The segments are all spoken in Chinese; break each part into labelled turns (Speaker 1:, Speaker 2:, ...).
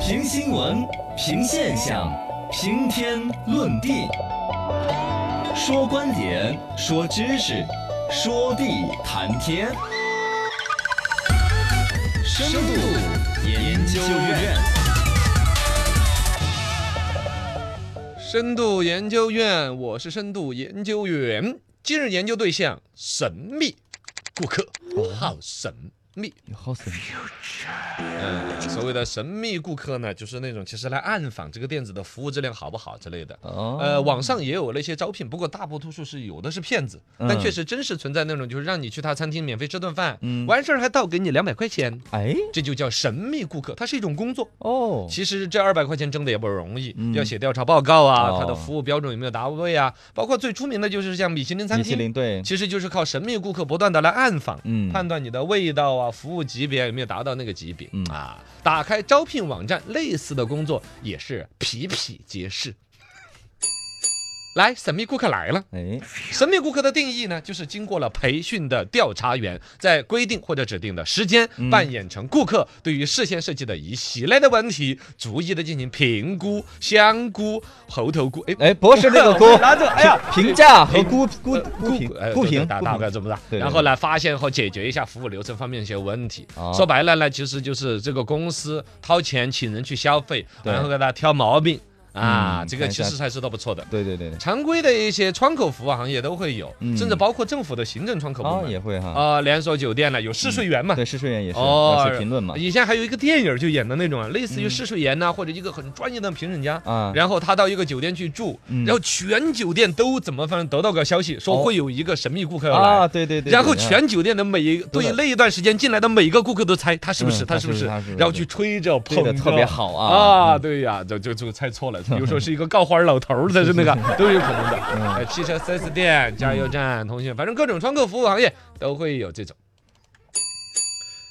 Speaker 1: 评新闻，评现象，评天论地，说观点，说知识，说地谈天。深度研究院，
Speaker 2: 深度研究院，我是深度研究员。今日研究对象：神秘顾客，
Speaker 3: 哦
Speaker 2: 好神秘。
Speaker 3: 好神秘！
Speaker 2: 嗯，所谓的神秘顾客呢，就是那种其实来暗访这个店子的服务质量好不好之类的。
Speaker 3: 哦，
Speaker 2: 呃，网上也有了一些招聘，不过大部多数是有的是骗子，但
Speaker 3: 嗯
Speaker 2: 确实真实存在那种，就是让你去他餐厅免费吃顿饭，
Speaker 3: 嗯
Speaker 2: 完事儿还倒给你两百块钱，
Speaker 3: 哎，
Speaker 2: 这就叫神秘顾客，它是一种工作。
Speaker 3: 哦，
Speaker 2: 其实这二百块钱挣的也不容易，
Speaker 3: 嗯
Speaker 2: 要写调查报告啊，
Speaker 3: 哦
Speaker 2: 它的服务标准有没有达位啊？包括最出名的就是像米其林餐
Speaker 3: 米其林
Speaker 2: 厅，
Speaker 3: 对，
Speaker 2: 其实就是靠神秘顾客不断的来暗访，
Speaker 3: 嗯
Speaker 2: 判断你的味道啊、服务级别有没有达到那个级别
Speaker 3: 嗯
Speaker 2: 啊。打开招聘网站，类似的工作也是比比皆是。来，神秘顾客来了。
Speaker 3: 哎，
Speaker 2: 神秘顾客的定义呢，就是经过了培训的调查员，在规定或者指定的时间，
Speaker 3: 嗯
Speaker 2: 扮演成顾客对于事先设计的一系列的问题，逐一的进行评估、香菇、猴头菇，哎
Speaker 3: 哎，不是那 个
Speaker 2: 我
Speaker 3: 菇，
Speaker 2: 拿着哎呀
Speaker 3: 评价和
Speaker 2: 评
Speaker 3: 估估
Speaker 2: 呃
Speaker 3: 估评
Speaker 2: 哎
Speaker 3: 估
Speaker 2: 对对
Speaker 3: 评
Speaker 2: 大
Speaker 3: 估
Speaker 2: 大
Speaker 3: 评
Speaker 2: 概这么大。
Speaker 3: 对对
Speaker 2: 然后呢，发现和解决一下服务流程方面一些问题
Speaker 3: 哦。
Speaker 2: 说白了呢，其实就是这个公司掏钱请人去消费，
Speaker 3: 对
Speaker 2: 然后给他挑毛病啊，
Speaker 3: 嗯
Speaker 2: 这个
Speaker 3: 看一
Speaker 2: 其
Speaker 3: 下
Speaker 2: 实还是都不错的。
Speaker 3: 对对对对，
Speaker 2: 常规的一些窗口服务行业都会有，
Speaker 3: 嗯
Speaker 2: 甚至包括政府的行政窗口部
Speaker 3: 哦，
Speaker 2: 门
Speaker 3: 也会哈，
Speaker 2: 啊、连锁酒店呢有试睡员嘛。
Speaker 3: 对，试睡员也是
Speaker 2: 哦
Speaker 3: 要写评论
Speaker 1: 哎
Speaker 3: 嘛，嗯
Speaker 2: 以前还有一个电影就演的那种啊，类似于试睡员呐、或者一个很专业的评审家，
Speaker 3: 啊，
Speaker 2: 然后他到一个酒店去住，
Speaker 3: 嗯
Speaker 2: 然后全酒店都怎么反正得到个消息，说
Speaker 3: 哦
Speaker 2: 会有一个神秘顾客要来，
Speaker 3: 啊，对对对，
Speaker 2: 然后
Speaker 3: 对啊
Speaker 2: 全酒店的每一个
Speaker 3: 对
Speaker 2: 对
Speaker 3: 的
Speaker 2: 那一段时间进来的每一个顾客都猜他是不是，
Speaker 3: 嗯
Speaker 2: 他
Speaker 3: 他
Speaker 2: 是不
Speaker 3: 是
Speaker 2: 是
Speaker 3: 他是不，是
Speaker 2: 然后去吹着捧
Speaker 3: 配
Speaker 2: 着
Speaker 3: 的特别好啊，
Speaker 2: 啊，对呀，就就就猜错了。比如说是一个告花老头儿的，是 那个都有可能的。
Speaker 3: 嗯
Speaker 2: 呃汽车 4S 店、加油站、通讯，反正各种窗口服务行业都会有这种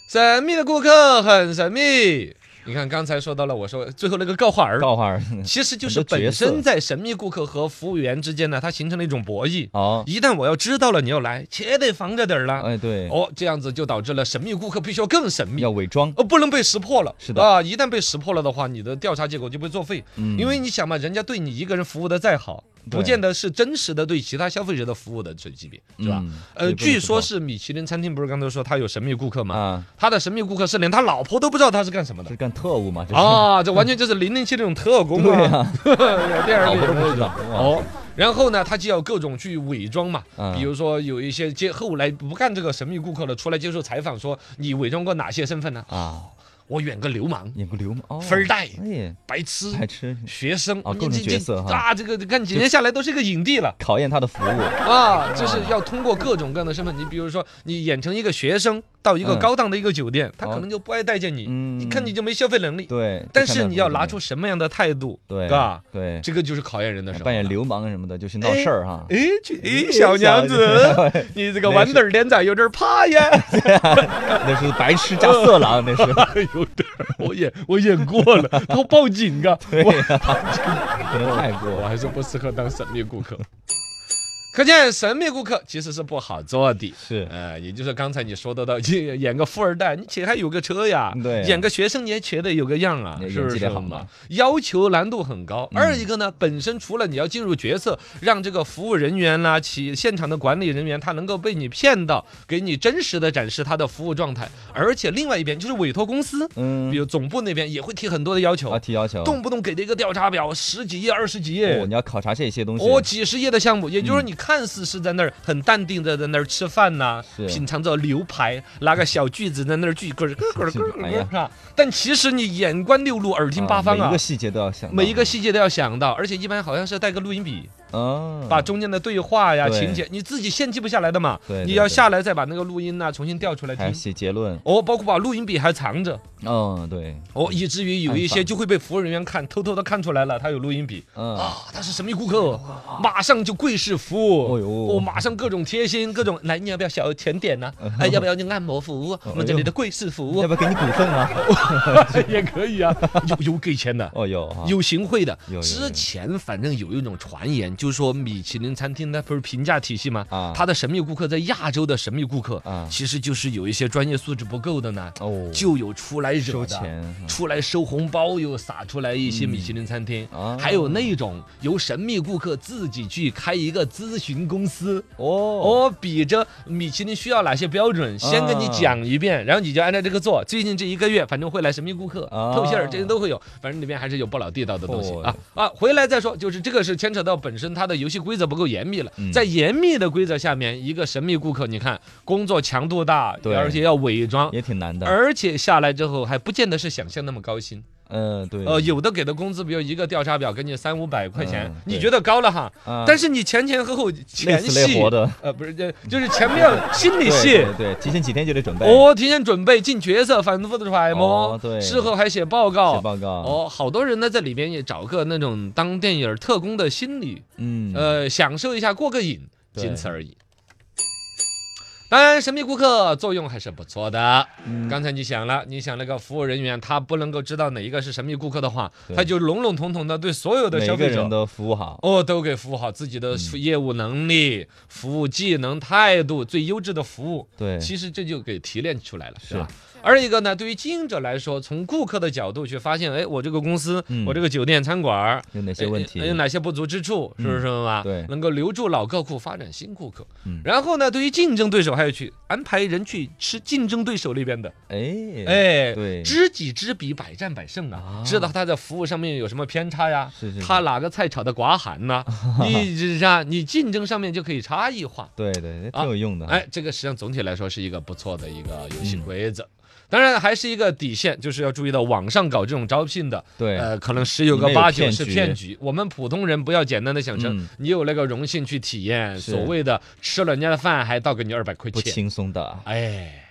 Speaker 2: 神秘的顾客，很神秘。你看刚才说到了，我说最后那个告花儿，
Speaker 3: 告花儿，
Speaker 2: 其实就是
Speaker 3: 很多角
Speaker 2: 本
Speaker 3: 色
Speaker 2: 身在神秘顾客和服务员之间呢，它形成了一种博弈。
Speaker 3: 哦，
Speaker 2: 一旦我要知道了你要来，且得防着点儿了。
Speaker 3: 哎对，
Speaker 2: 哦，这样子就导致了神秘顾客必须要更神秘
Speaker 3: 要。伪装，
Speaker 2: 哦，不能被识破了。
Speaker 3: 是的
Speaker 2: 啊，一旦被识破了的话，你的调查结果就被作废。
Speaker 3: 嗯
Speaker 2: 因为你想嘛，人家对你一个人服务的再好，不
Speaker 3: 对
Speaker 2: 见得是真实的对其他消费者的服务的水级别，是吧？
Speaker 3: 嗯
Speaker 2: 呃，
Speaker 3: 也不能
Speaker 2: 据说
Speaker 3: 识
Speaker 2: 是米其林餐厅，不是刚才说他有神秘顾
Speaker 3: 破
Speaker 2: 客嘛？
Speaker 3: 啊，
Speaker 2: 他的神秘顾客是连他老婆都不知道他是干什么的
Speaker 3: 是。干特务嘛，这是
Speaker 2: 啊，这完全就是零零七那种特工
Speaker 3: 对
Speaker 2: 啊，
Speaker 3: 呀，
Speaker 2: 有电影
Speaker 3: 老
Speaker 2: 里
Speaker 3: 婆都
Speaker 2: 的
Speaker 3: 不
Speaker 2: 那
Speaker 3: 知
Speaker 2: 种
Speaker 3: 道。哇
Speaker 2: 哦，然后呢，他就要各种去伪装嘛，
Speaker 3: 嗯
Speaker 2: 比如说有一些接后来不干这个神秘顾客了，出来接受采访说你伪装过哪些身份呢？
Speaker 3: 啊，
Speaker 2: 我演个流氓、
Speaker 3: 演个流氓，哦
Speaker 2: 分儿带
Speaker 3: 哎，
Speaker 2: 白痴、
Speaker 3: 还吃，
Speaker 2: 学生，
Speaker 3: 哦
Speaker 2: 你
Speaker 3: 各种
Speaker 2: 这这
Speaker 3: 角色哈
Speaker 2: 啊，这个看几年下来都是一个影帝了。
Speaker 3: 考验他的服务，
Speaker 2: 啊，就是要通过各种各样的身份，你比如说，你演成一个学生，到一个
Speaker 3: 嗯
Speaker 2: 高档的一个酒店，他可
Speaker 3: 哦
Speaker 2: 能就不爱待见你，
Speaker 3: 嗯
Speaker 2: 一看你就没消费能力。
Speaker 3: 对，
Speaker 2: 但
Speaker 3: 就看
Speaker 2: 是
Speaker 3: 他服
Speaker 2: 你
Speaker 3: 务
Speaker 2: 要
Speaker 3: 怎
Speaker 2: 拿
Speaker 3: 么
Speaker 2: 出什么样的态度，
Speaker 3: 对
Speaker 2: 嘎，
Speaker 3: 对，
Speaker 2: 这个就是考验人的时候。
Speaker 3: 扮演流氓什么的，就是闹事儿哈。
Speaker 2: 哎，去，哎，小娘子， 你这个豌豆儿脸咋有点儿怕呀？
Speaker 3: 那是白痴加色狼，那是
Speaker 2: 有点儿，我演我演过了，他报警啊！我
Speaker 3: 可能太过
Speaker 2: 我还是不适合当神秘顾客。可见神秘顾客其实是不好做的。
Speaker 3: 是
Speaker 2: 呃，也就是刚才你说的到演演个富二代，你且还有个车呀，
Speaker 3: 对
Speaker 2: 演个学生你也且得有个样啊，
Speaker 3: 你
Speaker 2: 是
Speaker 3: 演
Speaker 2: 不
Speaker 3: 技
Speaker 2: 是
Speaker 3: 得好
Speaker 2: 嘛
Speaker 3: 嘛？嗯
Speaker 2: 要求难度很高。二一个呢，本身除了你要进入角色，让这个服务人员啦、起现场的管理人员他能够被你骗到，给你真实的展示他的服务状态，而且另外一边就是委托公司，比
Speaker 3: 嗯，啊
Speaker 2: 如总部那边也会提很多的要求
Speaker 3: 要，提要求。哦
Speaker 2: 动不动给的一个调查表，十几页、二十几页
Speaker 3: 哦，。你要考察这些东西。嗯
Speaker 2: 哦，几十页的项目，也就是说，你看似是在那儿很淡定的在那儿吃饭呐、
Speaker 3: 是
Speaker 2: 品尝着牛排，拿个小锯子在那儿锯，咯咯咯咯咯 咯，
Speaker 3: 哎呀
Speaker 2: 是吧？但其实你眼观六路，耳听八方
Speaker 3: 每
Speaker 2: 啊
Speaker 3: 一个，细节都要想到。
Speaker 2: 每一个细节都要想到，而且一般好像是带个录音笔，
Speaker 3: 啊，
Speaker 2: 把中间的对话呀、
Speaker 3: 对
Speaker 2: 情节，你自己现记不下来的嘛
Speaker 3: 对，对
Speaker 2: 你要
Speaker 3: 对
Speaker 2: 下来再把那个录音呐重新调出来
Speaker 3: 还要
Speaker 2: 听。
Speaker 3: 写结论。
Speaker 2: 哦，包括把录音笔还藏着，
Speaker 3: 嗯，对，
Speaker 2: 哦，以至于有一些就会被服务人员看，偷偷的看出来了，他有录音笔，
Speaker 3: 嗯，
Speaker 2: 啊，他是神秘顾客，马上就跪式服务，
Speaker 3: 哦呦
Speaker 2: 我马上各种贴心，各种来，你要不要小甜点呢、哎，要不要你按摩服务？我们这里的跪式服务
Speaker 3: 要不要给你股份啊？
Speaker 2: 也 可以啊，有有给钱的，
Speaker 3: 哦，有啊，
Speaker 2: 有行贿的
Speaker 3: 有有。有
Speaker 2: 之前反正有一种传言，点，就是说米其林餐厅它不是评价体系吗？
Speaker 3: 啊，
Speaker 2: 它的神秘顾客在亚洲的神秘顾客
Speaker 3: 啊，
Speaker 2: 其实就是有一些专业素质不够的呢，
Speaker 3: 哦，
Speaker 2: 就有出来惹
Speaker 3: 收
Speaker 2: 的。
Speaker 3: 钱嗯
Speaker 2: 出来收红包又撒出来一些米其林餐厅，
Speaker 3: 啊
Speaker 2: 还有那种由神秘顾客自己去开一个咨询公司，
Speaker 3: 哦
Speaker 2: 我比着米其林需要哪些标准，先跟你讲一遍，然后你就按照这个做。最近这一个月，反正会来神秘顾客、
Speaker 3: 啊
Speaker 2: 透馅儿，这些都会有，反正里面还是有不老地道的东西
Speaker 3: 哦
Speaker 2: 啊啊！回来再说，就是这个是牵扯到本身它的游戏规则不够严密了，
Speaker 3: 嗯
Speaker 2: 在严密的规则下面，一个神秘顾客，你看工作强度大，
Speaker 3: 对
Speaker 2: 而且要伪装。
Speaker 3: 也挺难的，
Speaker 2: 而且下来之后还不见得是想象那么高薪，
Speaker 3: 嗯对，
Speaker 2: 呃，有的给的工资，比如一个调查表给你三五百块钱
Speaker 3: 嗯，
Speaker 2: 你
Speaker 3: 对
Speaker 2: 觉得高了哈，
Speaker 3: 啊
Speaker 2: 但是你前前后后前
Speaker 3: 累死累
Speaker 2: 戏
Speaker 3: 活的，
Speaker 2: 呃，不是，就就是前面心 理
Speaker 3: 对
Speaker 2: 戏哦
Speaker 3: 对，对，提前几天就得准备，
Speaker 2: 我提前准备进角色，反复的揣摩
Speaker 3: 哦，对
Speaker 2: 事后还写报告
Speaker 3: 写。报告，
Speaker 2: 哦，好多人呢在里边也找个那种当电影特工的心理，
Speaker 3: 嗯，
Speaker 2: 呃，享受一下过个瘾，
Speaker 3: 对
Speaker 2: 仅此而已。当然，神秘顾客作用还是不错的。
Speaker 3: 嗯
Speaker 2: 刚才你想了，你想那个服务人员，他不能够知道哪一个是神秘顾客的话，
Speaker 3: 对
Speaker 2: 他就笼笼统统的对所有的
Speaker 3: 每
Speaker 2: 消
Speaker 3: 个
Speaker 2: 费者
Speaker 3: 人都嗯服务好，
Speaker 2: 哦，都给服务好自己的业务能力、服务技能、态度，最优质的服务。
Speaker 3: 对，
Speaker 2: 其实这就给提炼出来了，
Speaker 3: 是
Speaker 2: 是吧？而一个呢，对于经营者来说，从顾客的角度去发现，哎，我这个公司，
Speaker 3: 嗯
Speaker 2: 我这个酒店、餐馆儿。
Speaker 3: 有哪些问题嗯
Speaker 2: 哎？有哪些不足之处？是不是嘛？
Speaker 3: 对
Speaker 2: 能够留住老客户，发展新顾客。
Speaker 3: 嗯
Speaker 2: 然后呢，对于竞争对手，还要去安排人去吃竞争对手那边的。
Speaker 3: 哎哎，
Speaker 2: 哎，
Speaker 3: 对
Speaker 2: 知己知彼，百战百胜啊！
Speaker 3: 啊
Speaker 2: 知道他在服务上面有什么偏差呀？
Speaker 3: 是是是
Speaker 2: 他哪个菜炒的寡 寒呐？你这啥？你竞争上面就可以差 异化。
Speaker 3: 对对，
Speaker 2: 啊
Speaker 3: 挺有用的，
Speaker 2: 哎，这个实际上总体来说是一个不错的一个游
Speaker 3: 嗯
Speaker 2: 戏规则。当然，还是一个底线，就是要注意到网上搞这种招聘的，
Speaker 3: 对，
Speaker 2: 呃，可能十有
Speaker 3: 里
Speaker 2: 个
Speaker 3: 面有
Speaker 2: 八九
Speaker 3: 骗
Speaker 2: 是
Speaker 3: 局
Speaker 2: 骗局。我们普通人不要简单的想成
Speaker 3: 嗯，
Speaker 2: 你有那个荣幸去体验
Speaker 3: 是
Speaker 2: 所谓的吃了人家的饭还倒给你二百块
Speaker 3: 不
Speaker 2: 钱，
Speaker 3: 轻松的，
Speaker 2: 哎，